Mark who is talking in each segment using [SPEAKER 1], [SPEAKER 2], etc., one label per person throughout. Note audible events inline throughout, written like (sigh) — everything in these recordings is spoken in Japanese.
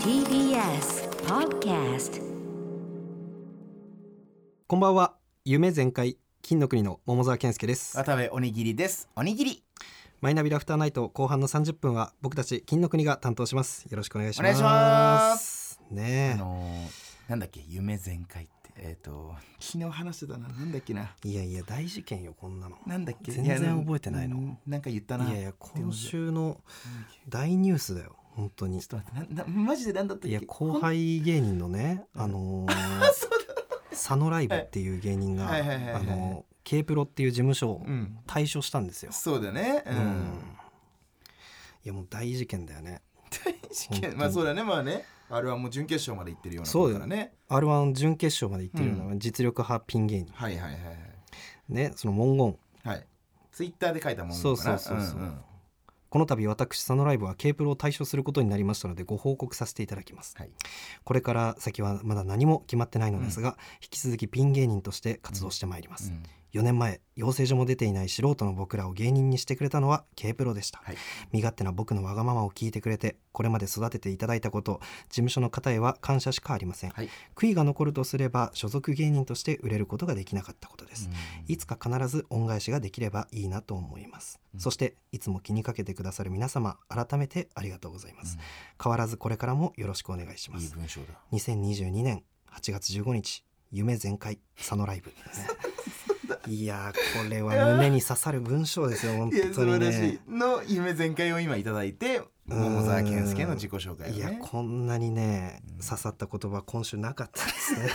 [SPEAKER 1] TBS Podcast
[SPEAKER 2] こんばんは夢全開金の国の桃沢健介です
[SPEAKER 3] 渡部おにぎりですおにぎり
[SPEAKER 2] マイナビラフターナイト後半の30分は僕たち金の国が担当しますよろしくお願いします
[SPEAKER 3] お願いしますあ
[SPEAKER 2] ね
[SPEAKER 3] のーなんだっけ夢全開ってえっ、と昨日話してたななんだっけな
[SPEAKER 2] えいやいや大事件よこんなの
[SPEAKER 3] なんだっけ
[SPEAKER 2] 全
[SPEAKER 3] や
[SPEAKER 2] 然覚えてないの
[SPEAKER 3] うんなんか言ったない
[SPEAKER 2] やいや今週の大ニュースだよ本当に
[SPEAKER 3] ちょっと待ってななマジでなんだったっけ
[SPEAKER 2] いや後輩芸人のね
[SPEAKER 3] うん
[SPEAKER 2] あ
[SPEAKER 3] (laughs)
[SPEAKER 2] のー佐野ライブっていう芸人が
[SPEAKER 3] はいはいはいはいは
[SPEAKER 2] あ
[SPEAKER 3] い
[SPEAKER 2] の K プロっていう事務所を
[SPEAKER 3] うん
[SPEAKER 2] 退所したんですよ
[SPEAKER 3] そうだねう、
[SPEAKER 2] うんんいやもう大事件だよね
[SPEAKER 3] 試
[SPEAKER 2] 本当に
[SPEAKER 3] 験まあそうだねまあねあれはもう準決勝まで行ってるような
[SPEAKER 2] そうだよ
[SPEAKER 3] だからね
[SPEAKER 2] r 1準決勝まで行ってるような実力派ピン芸人
[SPEAKER 3] はいはいはい
[SPEAKER 2] ねその文言
[SPEAKER 3] はいはいツイッターで書いたもん
[SPEAKER 2] そうそうそうそうん
[SPEAKER 3] ん
[SPEAKER 2] この度私佐野ライブは K プロを退所することになりましたのでご報告させていただきます
[SPEAKER 3] はい
[SPEAKER 2] これから先はまだ何も決まってないのですが、引き続きピン芸人として活動してまいります、
[SPEAKER 3] うん
[SPEAKER 2] 4年前養成所も出ていない素人の僕らを芸人にしてくれたのは K プロでした、
[SPEAKER 3] はい
[SPEAKER 2] 身勝手な僕のわがままを聞いてくれてこれまで育てていただいたこと事務所の方へは感謝しかありません、
[SPEAKER 3] はい
[SPEAKER 2] 悔いが残るとすれば所属芸人として売れることができなかったことです、
[SPEAKER 3] うん
[SPEAKER 2] いつか必ず恩返しができればいいなと思います、
[SPEAKER 3] うん
[SPEAKER 2] そしていつも気にかけてくださる皆様改めてありがとうございます、
[SPEAKER 3] う
[SPEAKER 2] 変わらずこれからもよろしくお願いし
[SPEAKER 3] ん
[SPEAKER 2] ま
[SPEAKER 3] いい
[SPEAKER 2] す
[SPEAKER 3] 文章だ
[SPEAKER 2] 2022年8月15日夢全開佐野ラ
[SPEAKER 3] (laughs)
[SPEAKER 2] イブ、いやーこれは胸に刺さる文章ですよ本
[SPEAKER 3] いや
[SPEAKER 2] 当
[SPEAKER 3] 素
[SPEAKER 2] に
[SPEAKER 3] 晴らしい
[SPEAKER 2] ね
[SPEAKER 3] の夢全開を今いただいて
[SPEAKER 2] うん
[SPEAKER 3] 桃沢健介の自己紹介を
[SPEAKER 2] いや
[SPEAKER 3] ね
[SPEAKER 2] こんなにね
[SPEAKER 3] うん
[SPEAKER 2] 刺さった言葉今週なかったですね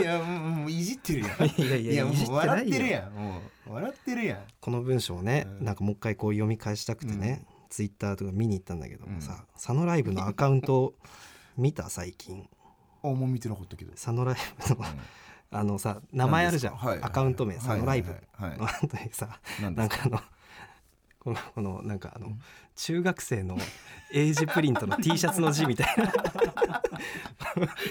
[SPEAKER 3] いやもういじってるやん
[SPEAKER 2] いやいや
[SPEAKER 3] (laughs) いやも
[SPEAKER 2] いじって
[SPEAKER 3] う
[SPEAKER 2] ないよ
[SPEAKER 3] 笑ってるやんもう笑ってるやん
[SPEAKER 2] この文章をね、
[SPEAKER 3] うん
[SPEAKER 2] なんかもう一回こう読み返したくてね、ツイッターとか見に行ったんだけどもさ、
[SPEAKER 3] うん
[SPEAKER 2] 佐野ライブのアカウントを見た最近
[SPEAKER 3] あもう見てなかったけど
[SPEAKER 2] 佐野ライブ
[SPEAKER 3] (laughs)
[SPEAKER 2] の
[SPEAKER 3] 名
[SPEAKER 2] あのさ名前あるじゃん、アカウント名、佐野ライブ
[SPEAKER 3] はい
[SPEAKER 2] の後にさ
[SPEAKER 3] 何
[SPEAKER 2] な
[SPEAKER 3] で
[SPEAKER 2] ん
[SPEAKER 3] す
[SPEAKER 2] か
[SPEAKER 3] か
[SPEAKER 2] あのこのこのなんかあの、
[SPEAKER 3] うん
[SPEAKER 2] 中学生のエイジプリントの T シャツの字みた
[SPEAKER 3] (laughs)
[SPEAKER 2] いな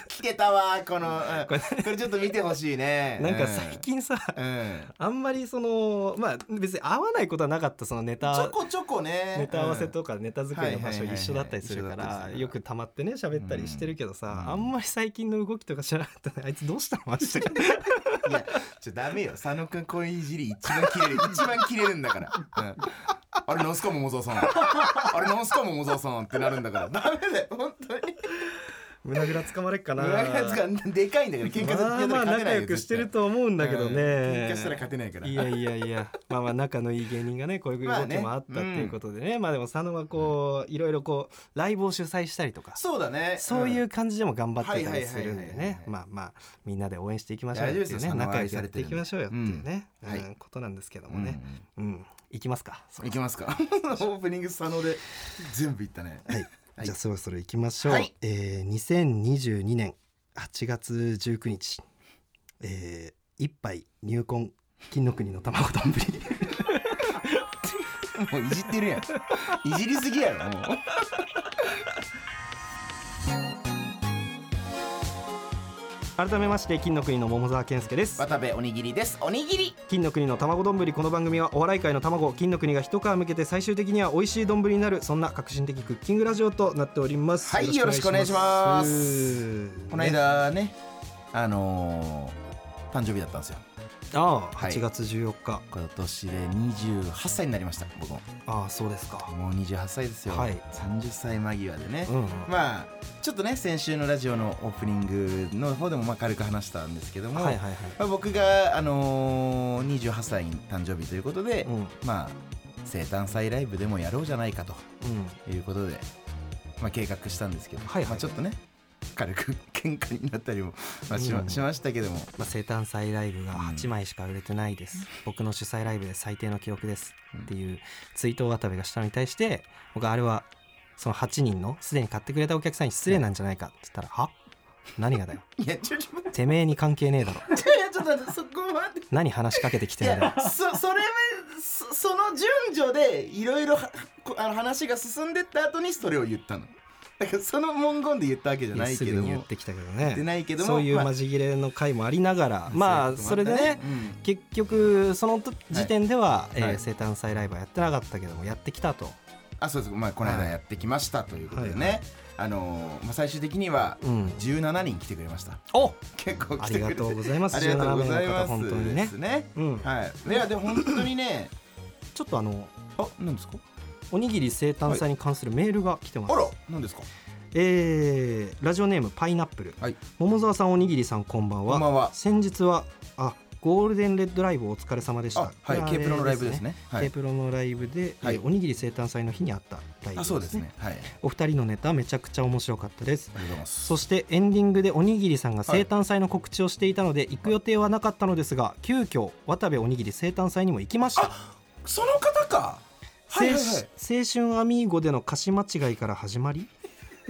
[SPEAKER 3] 聞けたわこのうん
[SPEAKER 2] これ
[SPEAKER 3] (laughs) これちょっと見てほしいね
[SPEAKER 2] なんか最近さ、
[SPEAKER 3] うんうん
[SPEAKER 2] あんまりそのまあ別に合わないことはなかったそのネ
[SPEAKER 3] ちょ
[SPEAKER 2] タ
[SPEAKER 3] こちょこね
[SPEAKER 2] ネタ合わせ
[SPEAKER 3] う
[SPEAKER 2] とかネタ作りの場所
[SPEAKER 3] はいはいはいはい
[SPEAKER 2] 一緒だったりするか
[SPEAKER 3] 一緒だったり
[SPEAKER 2] ら
[SPEAKER 3] するから
[SPEAKER 2] よくたまってね喋ったりしてるけどさ、
[SPEAKER 3] うん
[SPEAKER 2] あんまり最近の動きとか知らなかったねあいつどうしたのマジで
[SPEAKER 3] んいやちょダメよ佐野くんこういういじり一番
[SPEAKER 2] (laughs)
[SPEAKER 3] 切れる一番切れるんだからうんあれなんすか桃沢さんあれなんすか桃沢さんってなるんだからダメだよ本当に
[SPEAKER 2] 胸ぐらつかまれっかな
[SPEAKER 3] 裏返すからでかいんだけど喧嘩
[SPEAKER 2] まあまあ仲良くしてると思うんだけどね、
[SPEAKER 3] 喧嘩したら勝てないから
[SPEAKER 2] いやいやいやまあまあ仲のいい芸人がねこういう動きもあったっていうことでね,、まあでも佐野はこういろいろこうライブを主催したりとか
[SPEAKER 3] そうだね
[SPEAKER 2] そういう感じでも頑張ってた
[SPEAKER 3] はいはいはい
[SPEAKER 2] り
[SPEAKER 3] はい
[SPEAKER 2] するんでねまあまあみんなで応援していきましょうって
[SPEAKER 3] 大丈夫
[SPEAKER 2] い
[SPEAKER 3] です
[SPEAKER 2] う
[SPEAKER 3] よ
[SPEAKER 2] ね
[SPEAKER 3] 佐野は
[SPEAKER 2] 仲良
[SPEAKER 3] 愛
[SPEAKER 2] くや
[SPEAKER 3] さ
[SPEAKER 2] っ
[SPEAKER 3] れ
[SPEAKER 2] て
[SPEAKER 3] て
[SPEAKER 2] い
[SPEAKER 3] る
[SPEAKER 2] きましょうよっていうね、
[SPEAKER 3] う
[SPEAKER 2] うんん
[SPEAKER 3] はい
[SPEAKER 2] ことなんですけど
[SPEAKER 3] うん
[SPEAKER 2] もね、うん行きますかそ
[SPEAKER 3] いきますか (laughs) オープニング佐野で全部いったね
[SPEAKER 2] はい、
[SPEAKER 3] はい
[SPEAKER 2] じゃあそろそろ行きましょう、
[SPEAKER 3] はい
[SPEAKER 2] えー、2022年8月19日、えー、一杯入魂金の国の卵
[SPEAKER 3] (laughs)
[SPEAKER 2] 丼ぶり
[SPEAKER 3] もういじってるやんいじりすぎやろもう
[SPEAKER 2] 改めまして金の国の桃沢健介です
[SPEAKER 3] 渡部おにぎりですおにぎり
[SPEAKER 2] 金の国の卵丼ぶりこの番組はお笑い界の卵金の国が一皮向けて最終的には美味しい丼になるそんな革新的クッキングラジオとなっております
[SPEAKER 3] はいよろしくお願
[SPEAKER 2] ね
[SPEAKER 3] この間ねあのー誕生日だったんですよ
[SPEAKER 2] ああ
[SPEAKER 3] はい
[SPEAKER 2] 8月14日、
[SPEAKER 3] 今年で28歳になりました僕も
[SPEAKER 2] ああそうですか
[SPEAKER 3] もう28歳ですよ、
[SPEAKER 2] はい
[SPEAKER 3] 30歳間際でね、
[SPEAKER 2] うんうん
[SPEAKER 3] まあちょっとね先週のラジオのオープニングの方でもまあ軽く話したんですけども、
[SPEAKER 2] はいはいはい
[SPEAKER 3] まあ、僕が、あのー、28歳に誕生日ということで、
[SPEAKER 2] うんうん
[SPEAKER 3] まあ生誕祭ライブでもやろうじゃないかということで、まあ、計画したんですけど、
[SPEAKER 2] はいはい
[SPEAKER 3] まあ、ちょっとね軽く喧嘩になったりも、まあしま
[SPEAKER 2] うん
[SPEAKER 3] しましたけども、
[SPEAKER 2] まあ、生誕祭ライブが
[SPEAKER 3] うん
[SPEAKER 2] 8枚しか売れてないです、僕の主催ライブで最低の記録です
[SPEAKER 3] うん
[SPEAKER 2] っていうツイートを渡部がしたのに対して僕はあれはその8人のすでに買ってくれたお客さんに失礼なんじゃないかって言ったら「は何がだよ
[SPEAKER 3] いやちょちょ待って
[SPEAKER 2] てめえに関係ねえだろ (laughs)
[SPEAKER 3] いやちょっと待ってそこまで
[SPEAKER 2] 何話しかけてきて
[SPEAKER 3] い
[SPEAKER 2] んだよ
[SPEAKER 3] やそそれそその順序でいろいろはこあの話が進んでった後にそれを言ったのだからその文言で言ったわけじゃ
[SPEAKER 2] いや
[SPEAKER 3] ない
[SPEAKER 2] す
[SPEAKER 3] け
[SPEAKER 2] ぐ
[SPEAKER 3] ど
[SPEAKER 2] に
[SPEAKER 3] も
[SPEAKER 2] 言ってきたけどね
[SPEAKER 3] 言ってないけども
[SPEAKER 2] そういう
[SPEAKER 3] まあ
[SPEAKER 2] まじ切れの回もありながら、まあそれでね結局その時時点では、えー
[SPEAKER 3] はい
[SPEAKER 2] 生誕祭ライブはやってなかったけどもやってきたと
[SPEAKER 3] あそうです、まあ、この間やってきましたということでね、あのーまあ、最終的には
[SPEAKER 2] うん
[SPEAKER 3] 17人来てくれました、
[SPEAKER 2] お
[SPEAKER 3] 結構
[SPEAKER 2] あ
[SPEAKER 3] (laughs) 来て
[SPEAKER 2] り
[SPEAKER 3] く
[SPEAKER 2] が
[SPEAKER 3] れて
[SPEAKER 2] とうございます
[SPEAKER 3] ありがとうござい
[SPEAKER 2] 17名の方
[SPEAKER 3] ます
[SPEAKER 2] 本当にね
[SPEAKER 3] ですね
[SPEAKER 2] うん
[SPEAKER 3] はいいやでも本当
[SPEAKER 2] (laughs)
[SPEAKER 3] にね
[SPEAKER 2] ちょっとあの
[SPEAKER 3] あ何ですか
[SPEAKER 2] おにぎり生誕祭に関するメールが来てます、
[SPEAKER 3] あら何ですか
[SPEAKER 2] えーラジオネームパイナップル、
[SPEAKER 3] はい
[SPEAKER 2] 桃沢さんおにぎりさんこんばんは
[SPEAKER 3] こんばんは
[SPEAKER 2] 先日はあゴールデンレッドライブお疲れ様でした
[SPEAKER 3] あはい
[SPEAKER 2] これ
[SPEAKER 3] K プロのライブですね
[SPEAKER 2] あ
[SPEAKER 3] は
[SPEAKER 2] れで
[SPEAKER 3] い
[SPEAKER 2] すね K プロのライブで、えー
[SPEAKER 3] はい
[SPEAKER 2] おにぎり生誕祭の日にあったライブ
[SPEAKER 3] あそうですねはいありが
[SPEAKER 2] お二人のネタめちゃくちゃ面白かったです
[SPEAKER 3] とうございます
[SPEAKER 2] そしてエンディングでおにぎりさんが生誕祭の告知をしていたので行く予定はなかったのですが急遽渡部おにぎり生誕祭にも行きました
[SPEAKER 3] その方かはいはいはい
[SPEAKER 2] 青春青春アミーゴでの歌詞間違いから始
[SPEAKER 3] (laughs)
[SPEAKER 2] まり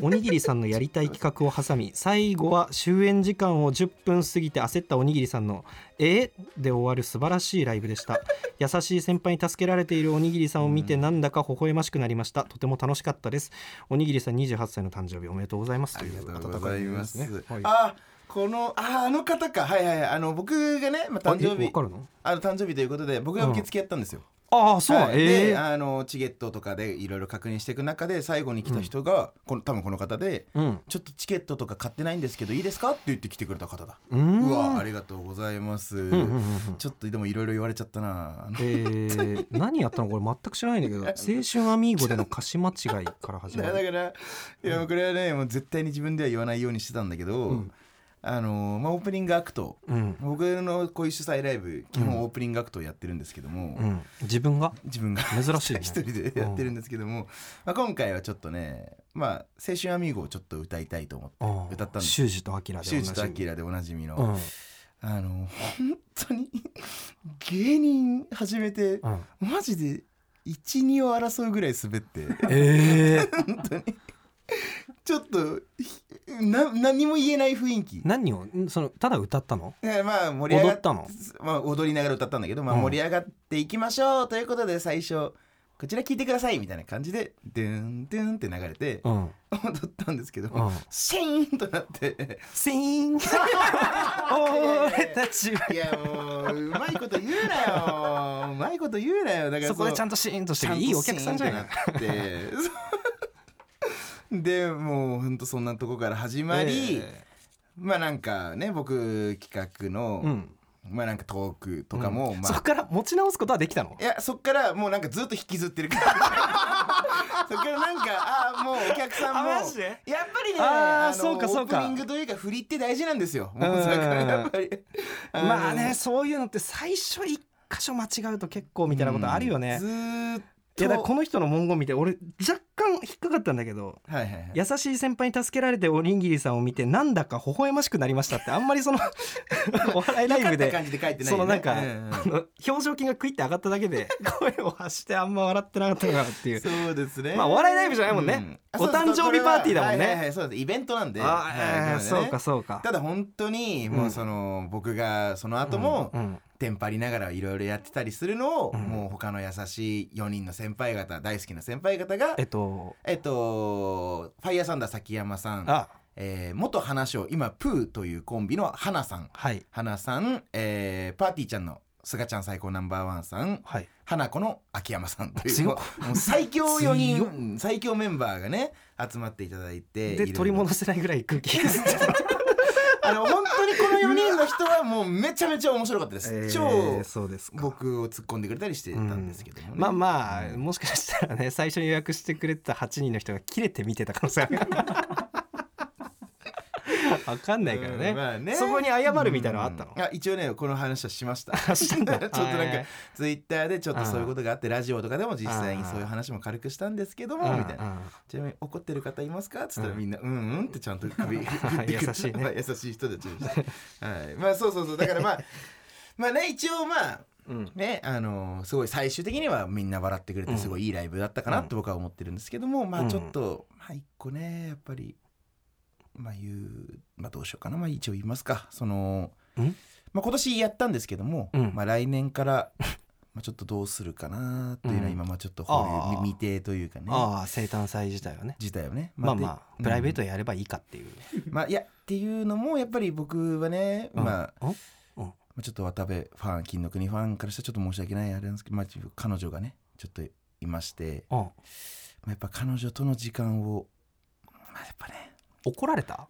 [SPEAKER 2] おにぎりさんのやりたい企画を挟み最後は終演時間を10分過ぎて焦ったおにぎりさんの「えで終わる素晴らしいライブでした優しい先輩に助けられているおにぎりさんを見てなんだか微笑ましくなりましたとても楽しかったですおにぎりさん28歳の誕生日おめでとうございます
[SPEAKER 3] あ
[SPEAKER 2] とい
[SPEAKER 3] り
[SPEAKER 2] う
[SPEAKER 3] がとう
[SPEAKER 2] 温
[SPEAKER 3] ご
[SPEAKER 2] か
[SPEAKER 3] ざ
[SPEAKER 2] い
[SPEAKER 3] い
[SPEAKER 2] メール
[SPEAKER 3] ま
[SPEAKER 2] です
[SPEAKER 3] す。
[SPEAKER 2] ねはい
[SPEAKER 3] あ、このああの方か。はいはいはい。あの僕がね、まあ、誕生
[SPEAKER 2] え
[SPEAKER 3] 日
[SPEAKER 2] わかるの
[SPEAKER 3] あの誕生日ということで僕が受付やったんですよ。
[SPEAKER 2] ああそう、
[SPEAKER 3] はい
[SPEAKER 2] ええ
[SPEAKER 3] で、あのチゲットとかでいろいろ確認していく中で最後に来た人が、この多分この方で。
[SPEAKER 2] うん
[SPEAKER 3] ちょっとチケットとか買ってないんですけどいいですかって言って来てくれた方だ
[SPEAKER 2] うーん
[SPEAKER 3] うわありがとうございます、
[SPEAKER 2] うんうんうんうん
[SPEAKER 3] ちょっとでもいろいろ言われちゃったなあの
[SPEAKER 2] えー、 (laughs) 何やったのこれ全く知らないんだけど「青春アミーゴ」での歌詞間違いから (laughs) 始ま
[SPEAKER 3] だ (laughs)
[SPEAKER 2] る
[SPEAKER 3] からいやもうこれはねもう絶対に自分では言わないようにしてたんだけど、
[SPEAKER 2] うん
[SPEAKER 3] あのまあ、オープニングアクト
[SPEAKER 2] うん、
[SPEAKER 3] 僕のこういう主催ライブ基本オープニングアクトをやってるんですけども、
[SPEAKER 2] うん、自分が
[SPEAKER 3] 自分が
[SPEAKER 2] 珍
[SPEAKER 3] (laughs)
[SPEAKER 2] しいね
[SPEAKER 3] 一人でやってるんですけども、まあ、今回はちょっとね、まあ、青春アミーゴをちょっと歌いたいと思って
[SPEAKER 2] うん
[SPEAKER 3] 歌ったんで
[SPEAKER 2] 修二とアキラで
[SPEAKER 3] 修
[SPEAKER 2] 同
[SPEAKER 3] 二
[SPEAKER 2] じ
[SPEAKER 3] とアキラでおなじみの、
[SPEAKER 2] うん、うん
[SPEAKER 3] あの本当に芸人始めてマジで12を争うぐらい滑って
[SPEAKER 2] えー、 (laughs)
[SPEAKER 3] ちょっとひな何も言えない雰囲気。
[SPEAKER 2] 何をんそのただ歌ったの
[SPEAKER 3] ねまあ盛り上
[SPEAKER 2] 踊
[SPEAKER 3] がっ
[SPEAKER 2] ったの
[SPEAKER 3] まあ、踊りながら歌ったんだけど、まあ、
[SPEAKER 2] うん
[SPEAKER 3] 盛り上がっていきましょうということで最初こちら聞いてくださいみたいな感じでドゥーンドゥーンって流れて
[SPEAKER 2] うんうん
[SPEAKER 3] 踊ったんですけど、シーンとなって
[SPEAKER 2] せーん (laughs) 俺たちはい
[SPEAKER 3] やもううまいこと言うなようまいこと言うなよだから
[SPEAKER 2] そこでちゃ
[SPEAKER 3] ん
[SPEAKER 2] んとシーンとし
[SPEAKER 3] ち
[SPEAKER 2] て
[SPEAKER 3] ゃんと
[SPEAKER 2] いいお客さんじゃ
[SPEAKER 3] シー
[SPEAKER 2] ない
[SPEAKER 3] ンってなって
[SPEAKER 2] (laughs)
[SPEAKER 3] そうでもうほんとそんなとこから始まり、
[SPEAKER 2] え
[SPEAKER 3] まあなんかね僕企画の、
[SPEAKER 2] ーうん
[SPEAKER 3] まあなんかトークとかも、
[SPEAKER 2] うん
[SPEAKER 3] ま
[SPEAKER 2] そ
[SPEAKER 3] あ
[SPEAKER 2] こから持ち直すことはできたの
[SPEAKER 3] いやそっからもうなんかずっと引きずって
[SPEAKER 2] (laughs)
[SPEAKER 3] るからそっからなんかああもうお客さんも
[SPEAKER 2] あマジで
[SPEAKER 3] やっぱりね
[SPEAKER 2] あー
[SPEAKER 3] の
[SPEAKER 2] そうかそうか
[SPEAKER 3] オープニングというか振りって大事なんですよ
[SPEAKER 2] ん
[SPEAKER 3] もうだからやっぱりの
[SPEAKER 2] (laughs) まあねそういうのって最初一箇所間違うと結構みたいなことあるよね、
[SPEAKER 3] ずーっ
[SPEAKER 2] い
[SPEAKER 3] と
[SPEAKER 2] やだからこの人の文言見て俺若干引っかかったんだけど
[SPEAKER 3] はいはいはい
[SPEAKER 2] 優しい先輩に助けられておにぎりさんを見てなんだか微笑ましくなりましたってあんまりそのお (laughs) 笑いライブ
[SPEAKER 3] 良か
[SPEAKER 2] で
[SPEAKER 3] った感じで書いてない
[SPEAKER 2] その
[SPEAKER 3] よね
[SPEAKER 2] なんか、
[SPEAKER 3] ううん
[SPEAKER 2] あの表情筋がクイッて上がっただけで声を発してあんま笑ってなかったのかなっていう
[SPEAKER 3] そうですね
[SPEAKER 2] まあお笑いライブじゃないもんね
[SPEAKER 3] あそうそう
[SPEAKER 2] お誕生日パーティーだもんね
[SPEAKER 3] はいはいはいそうですイベントなんで
[SPEAKER 2] あー、
[SPEAKER 3] はい
[SPEAKER 2] そうかそうか
[SPEAKER 3] ただ本当にもうその、僕がその後も、
[SPEAKER 2] うんうん
[SPEAKER 3] テンパりながらいろいろやってたりするのを、
[SPEAKER 2] うん
[SPEAKER 3] もう他の優しい4人の先輩方大好きな先輩方が
[SPEAKER 2] えっと
[SPEAKER 3] えっとファイヤーサンダー崎山さん、
[SPEAKER 2] あ
[SPEAKER 3] えー、元花賞今プーというコンビの花さん
[SPEAKER 2] はい
[SPEAKER 3] 花さん、えー、パーティーちゃんのすがちゃん最高ナンバーワンさん
[SPEAKER 2] はい
[SPEAKER 3] 花子の秋山さんという
[SPEAKER 2] 強っ
[SPEAKER 3] もう最強4
[SPEAKER 2] 強っ
[SPEAKER 3] 人最強メンバーがね集まっていただい
[SPEAKER 2] で
[SPEAKER 3] ていろいろ
[SPEAKER 2] 取り戻せないぐらい空気
[SPEAKER 3] あの本当にこの4人の人はもうめちゃめちゃ面白かったです、
[SPEAKER 2] えー
[SPEAKER 3] 超
[SPEAKER 2] そうですか
[SPEAKER 3] 僕を突っ込んでくれたりしてたんですけどもね、
[SPEAKER 2] まあまあ
[SPEAKER 3] うん
[SPEAKER 2] もしかしたらね最初に予約してくれてた8人の人が切れて見てた可能性あ
[SPEAKER 3] (laughs)
[SPEAKER 2] るわかんないからね,、
[SPEAKER 3] うんまあね
[SPEAKER 2] そこに謝るみたいなのあったの、
[SPEAKER 3] あ一応ねこの話はし
[SPEAKER 2] (laughs)
[SPEAKER 3] ました
[SPEAKER 2] あしたんだ
[SPEAKER 3] (laughs) ちょっとなんか
[SPEAKER 2] はい
[SPEAKER 3] ツイッターでちょっとそういうことがあってラジオとかでも実際にそういう話も軽くしたんですけどもみたいなちなみに怒ってる方いますかっつったらみんな「うんうん」ってちゃんと首振ってくる
[SPEAKER 2] (laughs) 優しいね
[SPEAKER 3] まあ (laughs) 優しい人たちでした、はい、まあそうそうそうだからま
[SPEAKER 2] (laughs)
[SPEAKER 3] あまあね一応まあ
[SPEAKER 2] うんうん
[SPEAKER 3] ねあのーすごい最終的にはみんな笑ってくれ
[SPEAKER 2] う
[SPEAKER 3] て
[SPEAKER 2] ん
[SPEAKER 3] すごいいいライブだったかなって僕は思ってるんですけども、ま
[SPEAKER 2] う
[SPEAKER 3] あ
[SPEAKER 2] ん
[SPEAKER 3] ちょっと、まあ一個ねやっぱりまあ言うまあどうしようかなまあ一応言いますかその
[SPEAKER 2] ん
[SPEAKER 3] まあ今年やったんですけども、
[SPEAKER 2] うん
[SPEAKER 3] まあ来年からまあちょっとどうするかなっていうのは
[SPEAKER 2] うん
[SPEAKER 3] 今まあちょっと保留
[SPEAKER 2] あー
[SPEAKER 3] 未定というかね
[SPEAKER 2] ああ生誕祭自体はね
[SPEAKER 3] 自体をね
[SPEAKER 2] まあまあ、
[SPEAKER 3] で
[SPEAKER 2] プライベート
[SPEAKER 3] うん
[SPEAKER 2] でやればいいかっていう、
[SPEAKER 3] まあいやっていうのもやっぱり僕はね、まあ
[SPEAKER 2] うん
[SPEAKER 3] まあちょっと渡部ファン金の国ファンからしたらちょっと申し訳ないあれなんですけど、まあ、彼女がねちょっといまして、
[SPEAKER 2] うん
[SPEAKER 3] まやっぱ彼女との時間を、まあ、やっぱね
[SPEAKER 2] 怒られた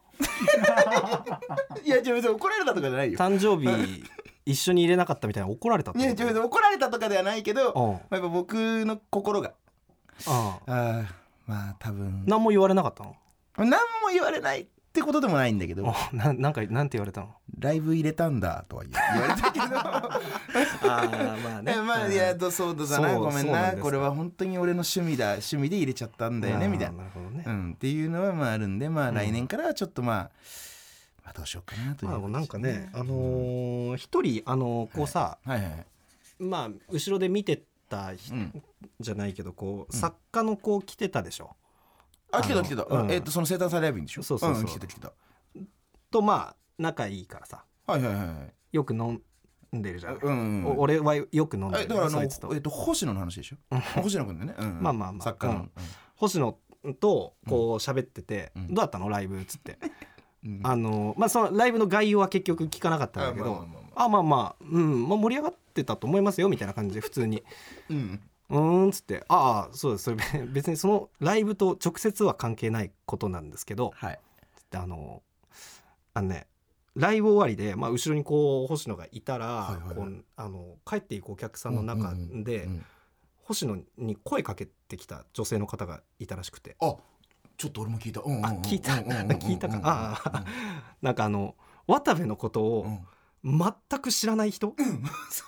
[SPEAKER 3] いやじゃあ別に怒られたとかじゃないよ
[SPEAKER 2] 誕生日一緒に入れなかったみたいな怒られたっ
[SPEAKER 3] い
[SPEAKER 2] て
[SPEAKER 3] やじゃあ別に怒られたとかではないけど、ま
[SPEAKER 2] うんうん
[SPEAKER 3] あ、やっぱ僕の心があーまあ多分
[SPEAKER 2] 何も言われなかったの
[SPEAKER 3] 何も言われないってことでもないんだけど
[SPEAKER 2] あ (laughs) ななんかなんて言われたの
[SPEAKER 3] ライブ入れたんだとは言う言われたけど
[SPEAKER 2] ああま (laughs) あ
[SPEAKER 3] えまあいやそうだな
[SPEAKER 2] そう
[SPEAKER 3] ごめん
[SPEAKER 2] そうなん
[SPEAKER 3] な
[SPEAKER 2] ですか
[SPEAKER 3] これは本当に俺の趣味だ趣味で入れちゃったんだよねみたいな、
[SPEAKER 2] なるほどね、
[SPEAKER 3] うん、っていうのはまああるんでまあ
[SPEAKER 2] うん
[SPEAKER 3] 来年からはちょっとまあ、まあどうしようかなという
[SPEAKER 2] まあ、
[SPEAKER 3] 感じ
[SPEAKER 2] なんかね、あのー一人、あのーこうさ、
[SPEAKER 3] はいはいはい
[SPEAKER 2] まあ後ろで見てた人
[SPEAKER 3] うん
[SPEAKER 2] じゃないけどこう、
[SPEAKER 3] うん
[SPEAKER 2] 作家の子来てたでしょ
[SPEAKER 3] あ来てた来てた、
[SPEAKER 2] あのうん
[SPEAKER 3] えっとその生誕祭ライブにでしょ
[SPEAKER 2] そうそうそうん
[SPEAKER 3] 来てた来てた
[SPEAKER 2] とまあ仲いいからさ
[SPEAKER 3] はいはいはいはい
[SPEAKER 2] よく飲んでるじゃん、
[SPEAKER 3] うんうんうん
[SPEAKER 2] お俺はよく飲んで
[SPEAKER 3] え
[SPEAKER 2] る
[SPEAKER 3] だからあの、
[SPEAKER 2] そい
[SPEAKER 3] えっ
[SPEAKER 2] つと
[SPEAKER 3] と、星野の話でしょ星野くんだよね、うんうん
[SPEAKER 2] まあまあまあ
[SPEAKER 3] 作家の、
[SPEAKER 2] 星野とこう喋ってて、
[SPEAKER 3] うん
[SPEAKER 2] どうだったのライブ?」っつって、
[SPEAKER 3] うんうん
[SPEAKER 2] あのまあそのライブの概要は結局聞かなかったんだけど、あ
[SPEAKER 3] あまあまあま
[SPEAKER 2] まあまあうん、まあ、盛り上がってたと思いますよみたいな感じで普通に
[SPEAKER 3] うん
[SPEAKER 2] うーんっつって「ああそうですそれ (laughs) べ別にそのライブと直接は関係ないことなんですけど
[SPEAKER 3] はい」
[SPEAKER 2] つってあのあのねライブ終わりで、まあ、後ろにこう星野がいたら、
[SPEAKER 3] いはいはい
[SPEAKER 2] こうあの帰っていくお客さんの中で、
[SPEAKER 3] うん
[SPEAKER 2] 星野に声かけてきた女性の方がいたらしくて
[SPEAKER 3] あちょっと俺も聞いた、うんうんうん
[SPEAKER 2] あ聞いた
[SPEAKER 3] うんうんうんうん
[SPEAKER 2] 聞いたかああなんかあの渡部のこと
[SPEAKER 3] うんう
[SPEAKER 2] を
[SPEAKER 3] ん
[SPEAKER 2] 全く知らない人、 (laughs)
[SPEAKER 3] そ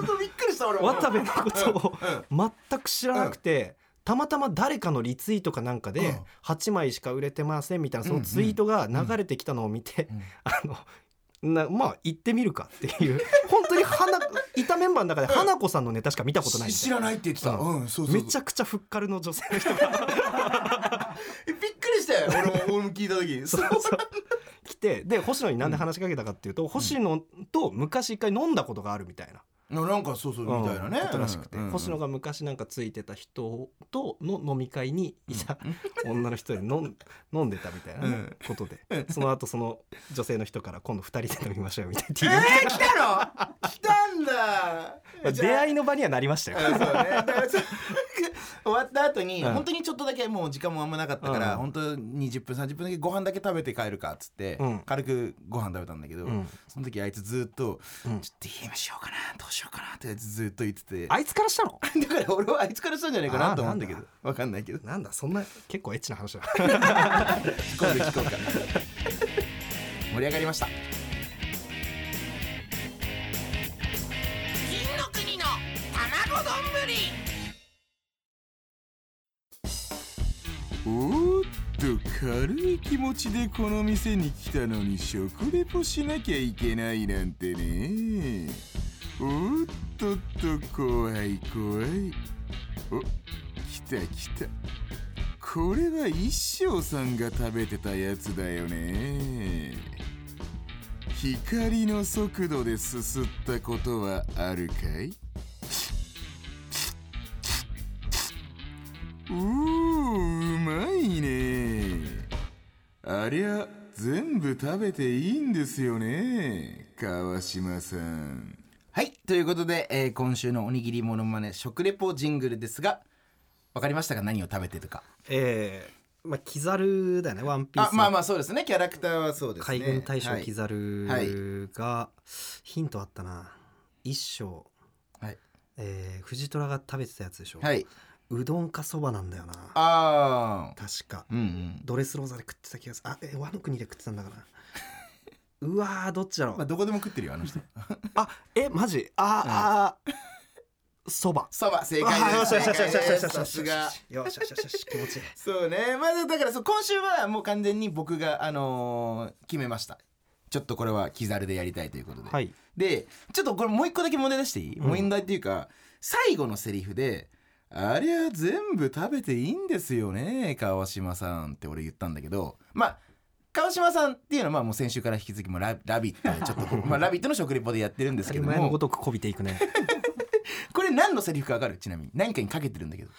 [SPEAKER 3] れとびっくりした俺も
[SPEAKER 2] 渡部のことを
[SPEAKER 3] うん
[SPEAKER 2] 全く知らなくて、たまたま誰かのリツイートかなんか
[SPEAKER 3] う
[SPEAKER 2] で
[SPEAKER 3] ん
[SPEAKER 2] 「8枚しか売れてません」みたいなそのツイートが流れてきたのを見て、あのなまあ行ってみるかっていう (laughs) 本当に花いたメンバーの中で花子さんのネタしか見たことないみ
[SPEAKER 3] し
[SPEAKER 2] い
[SPEAKER 3] た知
[SPEAKER 2] な
[SPEAKER 3] らないって言ってた、
[SPEAKER 2] う
[SPEAKER 3] うんそうそうそう
[SPEAKER 2] めちゃくちゃふっかるの女性の人が
[SPEAKER 3] えびっくりしたよ俺も俺も聞いた
[SPEAKER 2] (laughs)
[SPEAKER 3] 時そう
[SPEAKER 2] 来てで星野になんで話しかけたかっていうと、星野と昔一回飲んだことがあるみたいな。
[SPEAKER 3] ななんかそうそうみたいなね、
[SPEAKER 2] うんことらしくて、
[SPEAKER 3] うんうん
[SPEAKER 2] 星野が昔なんかついてた人との飲み会にいた女の人で飲ん (laughs) 飲んでたみたいなね、
[SPEAKER 3] うん
[SPEAKER 2] ことでその後その女性の人から今度二人で飲みましょうみたい (laughs)
[SPEAKER 3] え
[SPEAKER 2] な、
[SPEAKER 3] ー、来たの来たんだ
[SPEAKER 2] (laughs) まあ出
[SPEAKER 3] い
[SPEAKER 2] 会いの場にはなりましたよ。
[SPEAKER 3] そうね、だからそう (laughs) 終わった後に、
[SPEAKER 2] うん
[SPEAKER 3] 本当にちょっとだけもう時間もあんまなかったから、
[SPEAKER 2] うん
[SPEAKER 3] 本当に20分30分だけご飯だけ食べて帰るかっつって、
[SPEAKER 2] うん
[SPEAKER 3] 軽くご飯食べたんだけど、
[SPEAKER 2] うん
[SPEAKER 3] その時あいつずっと
[SPEAKER 2] うん
[SPEAKER 3] 「ちょっと DM しようかなどうしようかな」ってあいつずっと言ってて
[SPEAKER 2] あいつからしたの
[SPEAKER 3] (laughs) だから俺はあいつからしたんじゃないかなと思うんだけ
[SPEAKER 2] あ
[SPEAKER 3] ど
[SPEAKER 2] ー
[SPEAKER 3] わかんないけど
[SPEAKER 2] なんだそんな結構エッチな話だ
[SPEAKER 3] 今度聞 (laughs) こうか盛り上がりました
[SPEAKER 4] 金の国の卵丼ぶり
[SPEAKER 3] おーっと軽い気持ちでこの店に来たのに食レポしなきゃいけないなんてねおーっとっと怖い怖いお来た来たこれは一生さんが食べてたやつだよね光の速度ですすったことはあるかいおーうまいねありゃ全部食べていいんですよね川島さんはいということで、えー今週のおにぎりものまね食レポジングルですがわかりましたか何を食べてとか
[SPEAKER 2] (laughs) えー、まあキザルだよねワンピース
[SPEAKER 3] あ
[SPEAKER 2] の
[SPEAKER 3] まあまあそうですねキャラクターはそうですね
[SPEAKER 2] 海軍大将
[SPEAKER 3] はい
[SPEAKER 2] キザルが、ヒントあったな一章、
[SPEAKER 3] はい
[SPEAKER 2] えー、藤虎が食べてたやつでしょ、
[SPEAKER 3] はいう
[SPEAKER 2] どんかそばなんだよな
[SPEAKER 3] ああ
[SPEAKER 2] 確か
[SPEAKER 3] うんうん
[SPEAKER 2] ドレスローザで食ってた気がするあえ和の国で食ってたんだから (laughs) うわーどっちだろう、
[SPEAKER 3] まあどこでも食ってるよあの人
[SPEAKER 2] あえマジあー、あーそば
[SPEAKER 3] そば正
[SPEAKER 2] あ
[SPEAKER 3] 解
[SPEAKER 2] ー
[SPEAKER 3] で
[SPEAKER 2] よ
[SPEAKER 3] す
[SPEAKER 2] しよしよしよしよしよしよし
[SPEAKER 3] さすが
[SPEAKER 2] よしよしよしよし気持ちいい
[SPEAKER 3] そうねまずだからそう今週はもう完全に僕があのー決めましたちょっとこれはキザルでやりたいということで、
[SPEAKER 2] はい
[SPEAKER 3] でちょっとこれもう一個だけ問題出していい、
[SPEAKER 2] うん
[SPEAKER 3] 問題っていうか最後のセリフで「ありゃ全部食べていいんですよね川島さん」って俺言ったんだけどまあ川島さんっていうのはまあもう先週から引き続きもうラ「ラビット!」
[SPEAKER 2] (laughs)
[SPEAKER 3] でちょっとこうまあラビット!」の食リポでやってるんです
[SPEAKER 2] 当た
[SPEAKER 3] け
[SPEAKER 2] り
[SPEAKER 3] ども
[SPEAKER 2] 前の (laughs) ごとくこびていくね
[SPEAKER 3] これ何のセリフか分かるちなみに何かにかけてるんだけど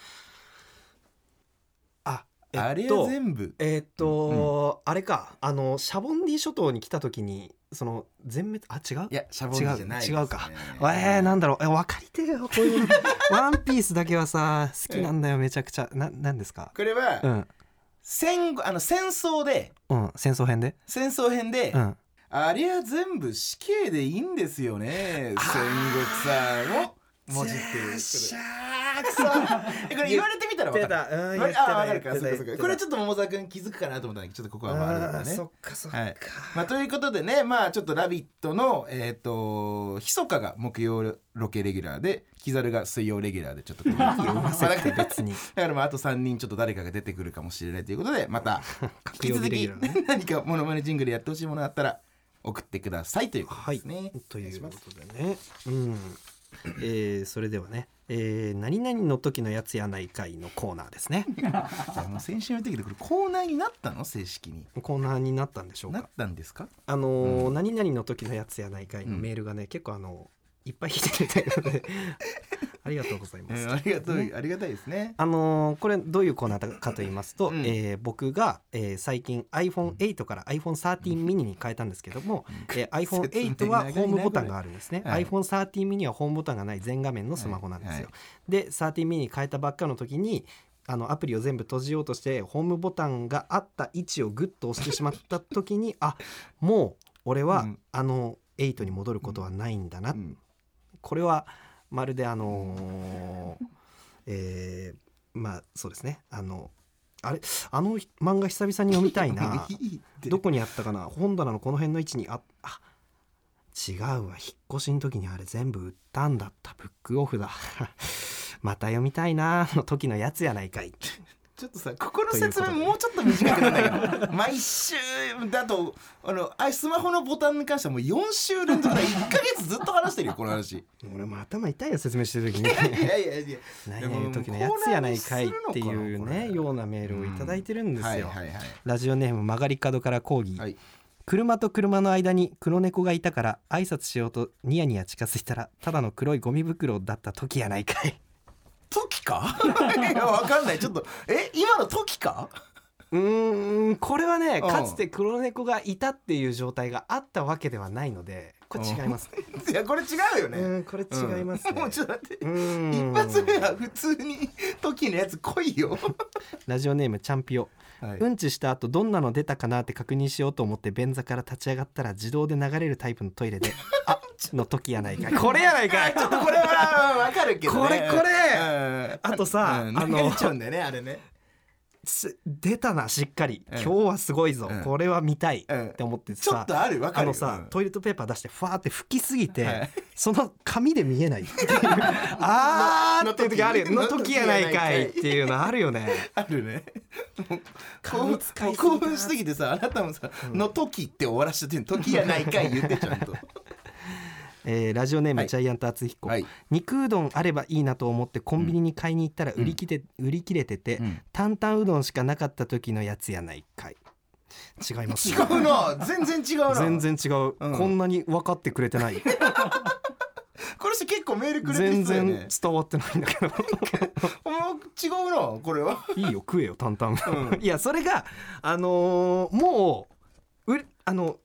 [SPEAKER 2] (laughs) あえっと
[SPEAKER 5] あれは全部
[SPEAKER 2] えーっと、あれかあのシャボンディ諸島に来た時にその全滅あ違う
[SPEAKER 3] いやシャボンディじゃないですね
[SPEAKER 2] 違うかえー、なんだろうえ分かりてえよこう (laughs) いうのワンピースだけはさ好きなんだよめちゃくちゃななんですか
[SPEAKER 3] これは、
[SPEAKER 2] うん
[SPEAKER 3] 戦後あの戦争で
[SPEAKER 2] うん戦争編で
[SPEAKER 3] 戦争編で、
[SPEAKER 2] うん
[SPEAKER 5] あれは全部死刑でいいんですよね戦国さんを
[SPEAKER 3] 文字っていう
[SPEAKER 2] しゃ
[SPEAKER 3] くそえこれ言われてみたら分かる
[SPEAKER 2] うん
[SPEAKER 3] ああ分かるかそう
[SPEAKER 2] 言
[SPEAKER 3] か
[SPEAKER 2] ってた言っ
[SPEAKER 3] そう
[SPEAKER 2] て
[SPEAKER 3] か
[SPEAKER 2] た
[SPEAKER 3] これちょっと桃沢君気づくかなと思ったんだけどちょっとここはまああれだからね
[SPEAKER 2] そっかそっか、
[SPEAKER 3] はいまあ、ということでね、まあ、ちょっと「ラビット!」の、えっ、と、ひそかが木曜ロケレギュラーで、キザルが水曜レギュラーで、ちょっとこう。 (laughs) まあだから
[SPEAKER 2] 別に
[SPEAKER 3] だからまああと3人ちょっと誰かが出てくるかもしれないということでまた
[SPEAKER 2] 格
[SPEAKER 3] 引
[SPEAKER 2] 曜
[SPEAKER 3] き続
[SPEAKER 2] 日レギュ
[SPEAKER 3] き、
[SPEAKER 2] ラー
[SPEAKER 3] (laughs)
[SPEAKER 2] ね
[SPEAKER 3] 何かモノマネジングルやってほしいものあったら送ってくださいということですね。
[SPEAKER 2] とい
[SPEAKER 3] お願し
[SPEAKER 2] う
[SPEAKER 3] ま
[SPEAKER 2] こ
[SPEAKER 3] す
[SPEAKER 2] とでね、うんえーそれではね、えー何々の時のやつやないかいのコーナーですね
[SPEAKER 3] あもう先週の時でこれコーナーになったの正式に。
[SPEAKER 2] コーナーになったんでしょう
[SPEAKER 3] な
[SPEAKER 2] か
[SPEAKER 3] ったんです (laughs) か
[SPEAKER 2] あのー何々の時のやつやないかいのメールがね、結構あのいっぱい来てるみたいなの (laughs) でありがとうございま
[SPEAKER 3] う
[SPEAKER 2] す、
[SPEAKER 3] んありがとう、ありがたいですね。
[SPEAKER 2] あのーこれどういうコーナーかと言いますと、
[SPEAKER 3] うん
[SPEAKER 2] えー僕が、えー最近 iPhone8 から iPhone13 ミニに変えたんですけども、えー iPhone8 はホームボタンがあるんですね、
[SPEAKER 3] はい
[SPEAKER 2] iPhone13 ミニはホームボタンがない全画面のスマホなんですよ、で13ミニに変えたばっかの時にあのアプリを全部閉じようとしてホームボタンがあった位置をグッと押してしまった時にあもう俺は、
[SPEAKER 3] うん
[SPEAKER 2] あの8に戻ることはないんだな、
[SPEAKER 3] うん
[SPEAKER 2] これはまるであのーえーまあそうですねあのあれあの漫画久々に読みたい
[SPEAKER 3] (laughs)
[SPEAKER 2] な
[SPEAKER 3] いいって
[SPEAKER 2] どこにあったかな本棚のこの辺の位置にああ違うわ引っ越しの時にあれ全部売ったんだったブックオフだ (laughs) また読みたいなの時のやつやないかい
[SPEAKER 3] ちょっとさここの説
[SPEAKER 2] と
[SPEAKER 3] 明
[SPEAKER 2] いう
[SPEAKER 3] もうちょっと短くなんだけど毎週だとあのあスマホのボタンに関してはもう4週連続で1か月ずっと話してるよこの話い
[SPEAKER 2] 俺も頭痛いよ説明して
[SPEAKER 3] (laughs)
[SPEAKER 2] る時に
[SPEAKER 3] やいやいや
[SPEAKER 2] 何々の時のやつやないかいっていうねようなメールをいただいてるんですよ、
[SPEAKER 3] はいはいはい
[SPEAKER 2] ラジオネーム曲がり角から講義、
[SPEAKER 3] はい
[SPEAKER 2] 車と車の間に黒猫がいたから挨拶しようとニヤニヤ近づいたらただの黒いゴミ袋だった時やないかい
[SPEAKER 3] 時か (laughs) いやわかんないちょっとえ今の時か
[SPEAKER 2] うーんこれはね
[SPEAKER 3] うん
[SPEAKER 2] かつて黒猫がいたっていう状態があったわけではないのでこれ違いますね
[SPEAKER 3] (laughs) いやこれ違うよ
[SPEAKER 2] う
[SPEAKER 3] ね、
[SPEAKER 2] ーんこれ違いますね
[SPEAKER 3] もうちょっと待って
[SPEAKER 2] うーん
[SPEAKER 3] 一発目は普通に時のやつ来いよ、
[SPEAKER 2] ラジオネームチャンピオ
[SPEAKER 3] は
[SPEAKER 2] うんちした後どんなの出たかなって確認しようと思って便座から立ち上がったら自動で流れるタイプのトイレ (laughs) で「あの時やないかいこれやないかい
[SPEAKER 3] ちょっとこれはわかるけど、ね、
[SPEAKER 2] これこれ
[SPEAKER 3] うん
[SPEAKER 2] あとさ
[SPEAKER 3] うん、
[SPEAKER 2] あの
[SPEAKER 3] 流れちゃうんだよねあれね
[SPEAKER 2] す出たなしっかり、
[SPEAKER 3] うん
[SPEAKER 2] 今日はすごいぞ、
[SPEAKER 3] うん
[SPEAKER 2] これは見たい、
[SPEAKER 3] うん
[SPEAKER 2] って思って
[SPEAKER 3] ちょ
[SPEAKER 2] さ
[SPEAKER 3] っとあるわ
[SPEAKER 2] あ
[SPEAKER 3] かるよ
[SPEAKER 2] のさ、
[SPEAKER 3] うん
[SPEAKER 2] トイレットペーパー出してふわーって拭きすぎて、
[SPEAKER 3] はい
[SPEAKER 2] その紙で見え
[SPEAKER 3] (laughs)
[SPEAKER 2] ないっていうあーっていう時あるよ
[SPEAKER 3] の
[SPEAKER 2] の時やないかいっていうのあるよね
[SPEAKER 3] あるね
[SPEAKER 2] 紙使いすぎ
[SPEAKER 3] 興奮しすぎてさあなたもさ「の時」って終わらしちゃってんの時やないかい言ってちゃんと
[SPEAKER 2] (laughs) えーラジオネーム、
[SPEAKER 3] はい
[SPEAKER 2] ジャイアント厚彦、
[SPEAKER 3] はい
[SPEAKER 2] 肉うどんあればいいなと思ってコンビニに買いに行ったら売り切れ,、売り切れてて、
[SPEAKER 3] ん
[SPEAKER 2] 担々うどんしかなかった時のやつやないかい違います
[SPEAKER 3] (laughs) 違うな全然違うな
[SPEAKER 2] 全然違う、
[SPEAKER 3] うん
[SPEAKER 2] こんなに分かってくれてない
[SPEAKER 3] これし結構メールくれてる
[SPEAKER 2] 全
[SPEAKER 3] 人だよ
[SPEAKER 2] 然
[SPEAKER 3] ね
[SPEAKER 2] 伝わってないんだけど
[SPEAKER 3] もう違うなこれは、
[SPEAKER 2] いいよ食えよ担々麺、
[SPEAKER 3] うん
[SPEAKER 2] いやそれがあのーもううあの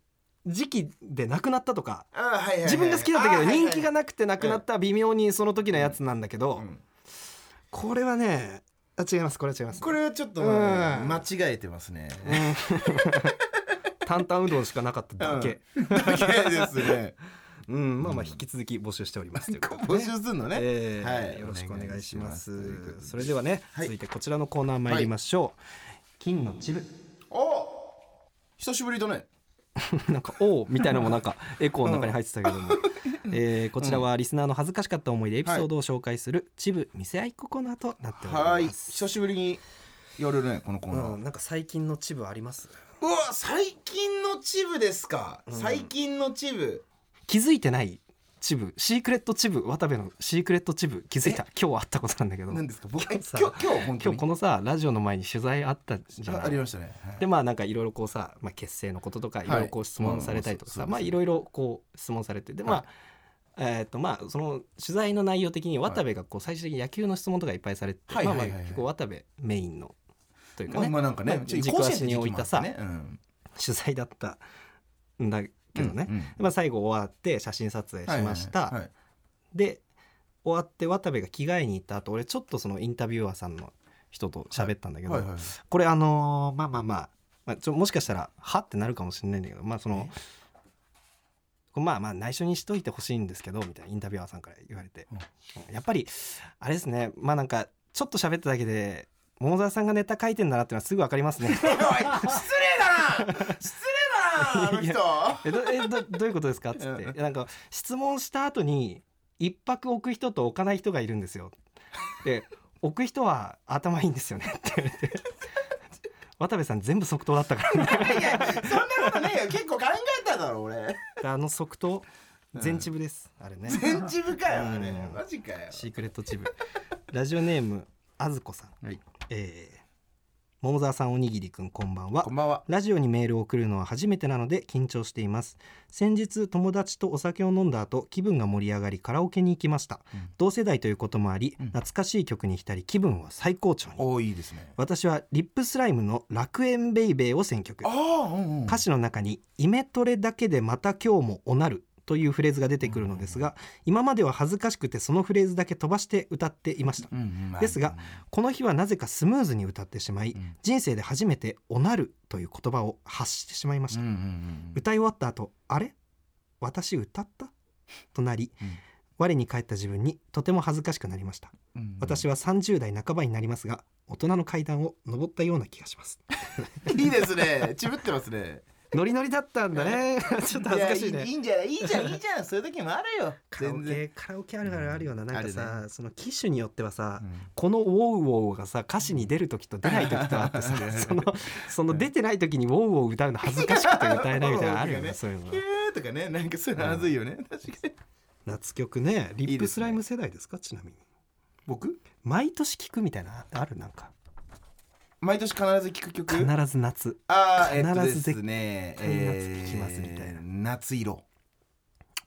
[SPEAKER 2] 時期でなくなったとか
[SPEAKER 3] あはいはいはい
[SPEAKER 2] 自分が好きだったけ
[SPEAKER 3] あ
[SPEAKER 2] ど
[SPEAKER 3] はいはい
[SPEAKER 2] 人気がなくてなくなった微妙にその時のやつなんだけど、
[SPEAKER 3] うん
[SPEAKER 2] これはねあ違いますこれは違います
[SPEAKER 3] これはちょっとね、
[SPEAKER 2] うん
[SPEAKER 3] 間違えてますね
[SPEAKER 2] 担々うどんしかなかっただ
[SPEAKER 3] (laughs)
[SPEAKER 2] け、
[SPEAKER 3] 間違い
[SPEAKER 2] (laughs)
[SPEAKER 3] ですね
[SPEAKER 2] うんまあまあ引き続き募集しておりますということで
[SPEAKER 3] 募集すんのね、
[SPEAKER 2] えー
[SPEAKER 3] はい
[SPEAKER 2] よろしくお願いします
[SPEAKER 3] お願いしますということで
[SPEAKER 2] それではね、
[SPEAKER 3] はい
[SPEAKER 2] 続いてこちらのコーナー参りましょう、金のチブ
[SPEAKER 3] お久しぶりだね
[SPEAKER 2] なんか「おう」みたいなのもなん
[SPEAKER 3] (laughs)
[SPEAKER 2] かエコーの中に入ってたけども、えーこちらはリスナーの恥ずかしかった思い出エピソードを紹介する「チブ見せ合いココナー」となっており
[SPEAKER 3] はい
[SPEAKER 2] ます。
[SPEAKER 3] 久しぶりにやるねこのコーナー、
[SPEAKER 2] うん、なんか最近のチブあります
[SPEAKER 3] うわ最近のチブですか、
[SPEAKER 2] ん
[SPEAKER 3] 最近のチブ
[SPEAKER 2] 気づいてないチブシークレットチブ渡部のシークレットチブ気づいた今日あったことなんだけど
[SPEAKER 3] 何ですか僕今
[SPEAKER 2] 日さ
[SPEAKER 3] 日今日本当
[SPEAKER 2] 今日
[SPEAKER 3] に
[SPEAKER 2] このさラジオの前に取材あったじゃ
[SPEAKER 3] あ
[SPEAKER 2] な
[SPEAKER 3] あり
[SPEAKER 2] い
[SPEAKER 3] ましたね、はい
[SPEAKER 2] でまあなんかいろいろこうさ、まあ、結成のこととかいろいろこう質問されたりとかさ、
[SPEAKER 3] うんうん
[SPEAKER 2] まあいろいろこう質問されてでまあ、えー、とまあその取材の内容的に渡部がこう最終的に野球の質問とかいっぱいされて、
[SPEAKER 3] はい
[SPEAKER 2] まあま
[SPEAKER 3] は
[SPEAKER 2] あ
[SPEAKER 3] いはいはい
[SPEAKER 2] 結構渡部メインのというか
[SPEAKER 3] まあ
[SPEAKER 2] ね、
[SPEAKER 3] まあなんかね、
[SPEAKER 2] まあ
[SPEAKER 3] ちょっと
[SPEAKER 2] 軸
[SPEAKER 3] 甲子園
[SPEAKER 2] 足に置いたさ
[SPEAKER 3] 出てきますねうん
[SPEAKER 2] 取材だったんだけどね、
[SPEAKER 3] うんうん
[SPEAKER 2] まあ、最後終わって写真撮影しました、
[SPEAKER 3] はいはいはい
[SPEAKER 2] で終わって渡部が着替えに行った後俺ちょっとそのインタビュアーさんの人と喋ったんだけど、
[SPEAKER 3] はいはいはい
[SPEAKER 2] これあのーまあまあまあ、まあ、ちょもしかしたらはってなるかもしれないんだけどまあそのまあまあ内緒にしといてほしいんですけどみたいなインタビュアーさんから言われて、やっぱりあれですねまあなんかちょっと喋っただけで桃沢さんがネタ書いてんだなっていうのはすぐ分かりますね (laughs)
[SPEAKER 3] おい失礼だな失礼だなあの
[SPEAKER 2] いや
[SPEAKER 3] 人
[SPEAKER 2] えどえどどういうことですかっつっていやなんか質問した後に一泊置く人と置かない人がいるんですよで置く人は頭いいんですよねって言われて渡部さん全部即答だったから
[SPEAKER 3] いやそんなことねえよ結構考えただろ俺
[SPEAKER 2] で (laughs) あの即答全チブです、あれね
[SPEAKER 3] 全チブかよあれ
[SPEAKER 2] うん
[SPEAKER 3] マジかよ
[SPEAKER 2] シークレットチブラジオネームあずこさん、
[SPEAKER 3] はい
[SPEAKER 2] えー桃沢さんおにぎりくんこんばんは
[SPEAKER 3] こんばんは
[SPEAKER 2] ラジオにメールを送るのは初めてなので緊張しています先日友達とお酒を飲んだ後気分が盛り上がりカラオケに行きました、
[SPEAKER 3] うん
[SPEAKER 2] 同世代ということもあり、懐かしい曲に浸り気分は最高潮に
[SPEAKER 3] おいいですね
[SPEAKER 2] 私はリップスライムの楽園ベイベーを選曲
[SPEAKER 3] ああうんうん
[SPEAKER 2] 歌詞の中に「イメトレだけでまた今日もおなる」というフレーズが出てくるのですが今までは恥ずかしくてそのフレーズだけ飛ばして歌っていました
[SPEAKER 3] うんうんまあ
[SPEAKER 2] ですがこの日はなぜかスムーズに歌ってしまい
[SPEAKER 3] うん
[SPEAKER 2] 人生で初めて「おなる」という言葉を発してしまいまし
[SPEAKER 3] うん
[SPEAKER 2] た
[SPEAKER 3] うんうん
[SPEAKER 2] 歌い終わった後あれ私歌った?」となり
[SPEAKER 3] うん
[SPEAKER 2] 我に返った自分にとても恥ずかしくなりました
[SPEAKER 3] うんうん
[SPEAKER 2] 私は30代半ばになりますが大人の階段を上ったような気がします
[SPEAKER 3] いいですねチブってますね
[SPEAKER 2] ノリノリだったんだね (laughs) ちょっと恥ずかしい
[SPEAKER 3] や
[SPEAKER 2] ね
[SPEAKER 3] いいいんじゃないいいじゃんいいじゃんそういう時もあるよ
[SPEAKER 2] カラオ
[SPEAKER 3] 全然
[SPEAKER 2] ケカラオケあるあるあるよななんか
[SPEAKER 3] あ
[SPEAKER 2] さ、その機種によってはさ、
[SPEAKER 3] うん
[SPEAKER 2] この「ウォウウォウ」がさ歌詞に出る時と出ない時とあってさそ (laughs) のその出てない時に「ウォウウォウ」歌うの恥ずかしくて歌えないみたいなのあるよね
[SPEAKER 3] ね
[SPEAKER 2] そういうの
[SPEAKER 3] (laughs) ヒューとかねなんかそういうのはずいよね確かに
[SPEAKER 2] 夏曲ねリ
[SPEAKER 3] い
[SPEAKER 2] ッ
[SPEAKER 3] いで
[SPEAKER 2] プ
[SPEAKER 3] す
[SPEAKER 2] ス
[SPEAKER 3] ね
[SPEAKER 2] ライム世代ですかちなみに
[SPEAKER 3] 僕
[SPEAKER 2] 毎年聞くみたいなあるなんか
[SPEAKER 3] 毎年必ず聴く曲
[SPEAKER 2] 必ず夏
[SPEAKER 3] ああえっと
[SPEAKER 2] 必
[SPEAKER 3] で
[SPEAKER 2] ず
[SPEAKER 3] すね
[SPEAKER 2] 絶対夏聴きますみたいな
[SPEAKER 3] えー夏色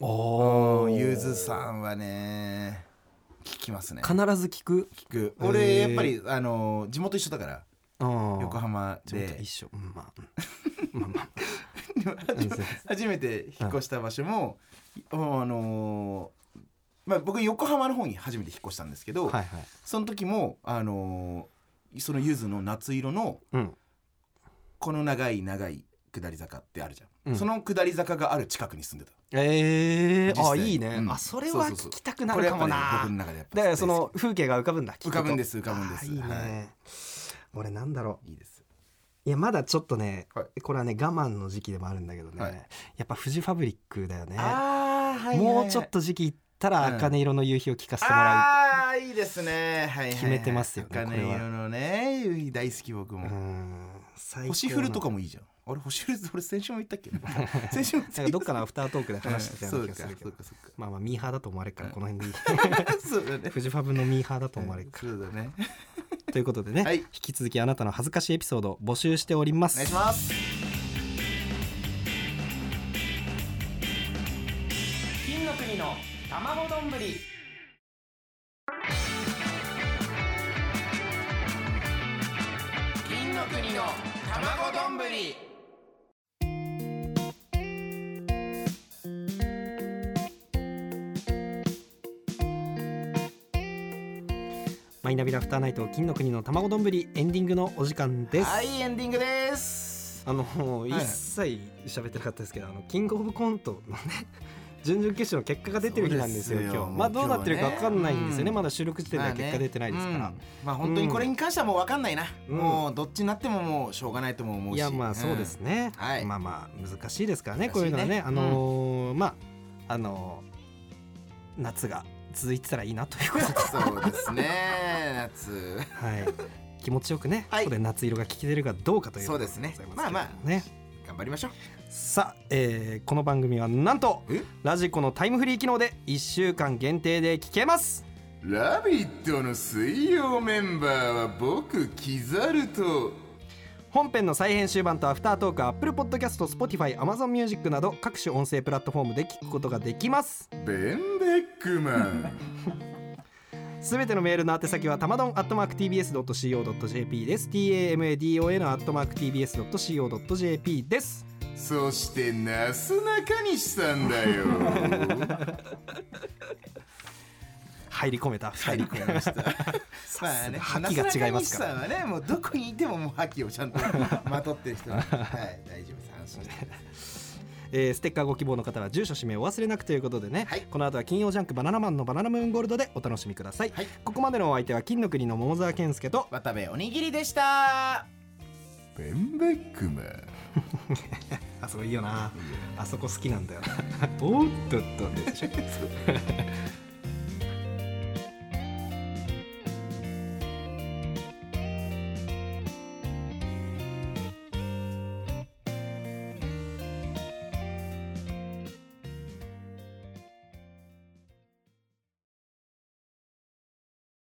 [SPEAKER 2] おー
[SPEAKER 3] ゆずさんはね聴きますね
[SPEAKER 2] 必ず聞く
[SPEAKER 3] 聞く
[SPEAKER 2] ー
[SPEAKER 3] 俺やっぱりあの地元一緒だから横
[SPEAKER 2] 横
[SPEAKER 3] 浜で
[SPEAKER 2] 一緒うんまあうんまあまあ (laughs) うんそう
[SPEAKER 3] (laughs) 初めて引っ越した場所もあのーまあ僕横浜の方に初めて引っ越したんですけど
[SPEAKER 2] はいはい
[SPEAKER 3] その時もあのーそのゆずの夏色の
[SPEAKER 2] うん
[SPEAKER 3] この長い長い下り坂ってあるじゃん、
[SPEAKER 2] うん
[SPEAKER 3] その下り坂がある近くに住んでた
[SPEAKER 2] ええ
[SPEAKER 3] 実
[SPEAKER 2] あ
[SPEAKER 3] 際
[SPEAKER 2] いいね、
[SPEAKER 3] うん
[SPEAKER 2] あそれは
[SPEAKER 3] そうそうそう
[SPEAKER 2] 聞きたくなるかもな、
[SPEAKER 3] これやっぱね僕の中でやっぱ
[SPEAKER 2] だからそ
[SPEAKER 3] 大好
[SPEAKER 2] の風景が浮かぶんだ
[SPEAKER 3] 浮かぶんです浮かぶんです
[SPEAKER 2] あいいね、
[SPEAKER 3] は
[SPEAKER 2] 俺なんだろう
[SPEAKER 3] きいいです
[SPEAKER 2] いやまだちょっとね、
[SPEAKER 3] は
[SPEAKER 2] これはね我慢の時期でもあるんだけどね、
[SPEAKER 3] はい
[SPEAKER 2] やっぱフジファブリックだよね、
[SPEAKER 3] ああは
[SPEAKER 2] もうちょっと時期いったら
[SPEAKER 3] うん
[SPEAKER 2] 茜色の夕日を聞かせてもら
[SPEAKER 3] ああいいですねはいはいはい
[SPEAKER 2] 決めてますよね
[SPEAKER 3] 茜
[SPEAKER 2] これは
[SPEAKER 3] 色のね夕日大好き僕
[SPEAKER 2] う、う
[SPEAKER 3] も、
[SPEAKER 2] ん最高な
[SPEAKER 3] 星降るとかもいいじゃんあれ星降る俺先週も言っ
[SPEAKER 2] (laughs)
[SPEAKER 3] たっけ先週も
[SPEAKER 2] なんかどっかのアフタートークで話してたような気がするけど
[SPEAKER 3] そう、かそうか
[SPEAKER 2] まあまあミーハーだと思われるからこの辺でいい (laughs)
[SPEAKER 3] そうか (laughs) そうだね
[SPEAKER 2] フジファブのミーハーだと思われるから
[SPEAKER 3] そうだね
[SPEAKER 2] (laughs) ということでね、
[SPEAKER 3] はい
[SPEAKER 2] 引き続きあなたの恥ずかしいエピソードを募集しておりま
[SPEAKER 3] お
[SPEAKER 2] す
[SPEAKER 3] 願いします
[SPEAKER 6] 金の国の卵丼ぶり金の国の卵丼ぶり
[SPEAKER 2] マイナビラフターナイト金の国の卵丼ぶりエンディングのお時間です、
[SPEAKER 3] はいエンディングです
[SPEAKER 2] あの一切喋ってなかったですけどあのキングオブコントのね (laughs) 準々決勝の結果が出てる日なんですよ
[SPEAKER 3] そうですよ
[SPEAKER 2] 今日まあ
[SPEAKER 3] も
[SPEAKER 2] ど
[SPEAKER 3] う
[SPEAKER 2] うなってるか
[SPEAKER 3] 今
[SPEAKER 2] 分
[SPEAKER 3] 日
[SPEAKER 2] か
[SPEAKER 3] はね
[SPEAKER 2] んないんですよね、
[SPEAKER 3] うん
[SPEAKER 2] まだ収録時点では結果出てないですから、
[SPEAKER 3] まあねうんまあ本当にこれに関してはもう分かんないな、
[SPEAKER 2] うん
[SPEAKER 3] もうどっちになってももうしょうがないとも思うし
[SPEAKER 2] いやまあそうですね、
[SPEAKER 3] うんはい
[SPEAKER 2] まあまあ難しいですからね
[SPEAKER 3] 難しいね
[SPEAKER 2] こういうのはね
[SPEAKER 3] うん
[SPEAKER 2] あのーまああのー夏が続いてたらいいなということで、
[SPEAKER 3] (laughs) そうですね夏
[SPEAKER 2] はい、気持ちよくね、
[SPEAKER 3] はい
[SPEAKER 2] ここで夏色が聞けてるかどうかという
[SPEAKER 3] そうですね
[SPEAKER 2] ことでご
[SPEAKER 3] ま
[SPEAKER 2] ざ
[SPEAKER 3] あ
[SPEAKER 2] いま
[SPEAKER 3] ますあ
[SPEAKER 2] けどね
[SPEAKER 3] 頑張りましょう
[SPEAKER 2] さあ、えーこの番組はなんと
[SPEAKER 3] え
[SPEAKER 2] ラジコのタイムフリー機能で1週間限定で聞けます
[SPEAKER 7] 「ラビット!」の水曜メンバーは僕キザルと
[SPEAKER 2] 本編の再編集版とアフタートークは Apple Podcast、Spotify、AmazonMusic など各種音声プラットフォームで聞くことができます
[SPEAKER 3] (laughs)
[SPEAKER 7] ベンベックマン
[SPEAKER 2] すべてのメールの宛先はたまどん atmarktbs.co.jp です tamadon atmarktbs.co.jp です
[SPEAKER 3] そしてなすなかにしさんだよ
[SPEAKER 2] 入り込めた2人
[SPEAKER 8] まあね、
[SPEAKER 2] 覇気が違いますか
[SPEAKER 8] なすなかにしさ
[SPEAKER 2] ら
[SPEAKER 8] んはね、もうどこにいてももう覇気をちゃんとまとってる
[SPEAKER 3] (laughs)
[SPEAKER 8] 人なんで、はい、大丈夫です。安心して。
[SPEAKER 2] えーステッカーご希望の方は住所氏名をお忘れなくということでね、
[SPEAKER 8] はい
[SPEAKER 2] この後は金曜ジャンクバナナマンのバナナムーンゴールドでお楽しみください、
[SPEAKER 8] はい
[SPEAKER 2] ここまでのお相手は金の国の桃沢健介と
[SPEAKER 8] 渡部おにぎりでした。
[SPEAKER 3] ペンベックマン
[SPEAKER 2] (laughs) あそこいいよなあそこ好きなんだよなおっとっとでしょ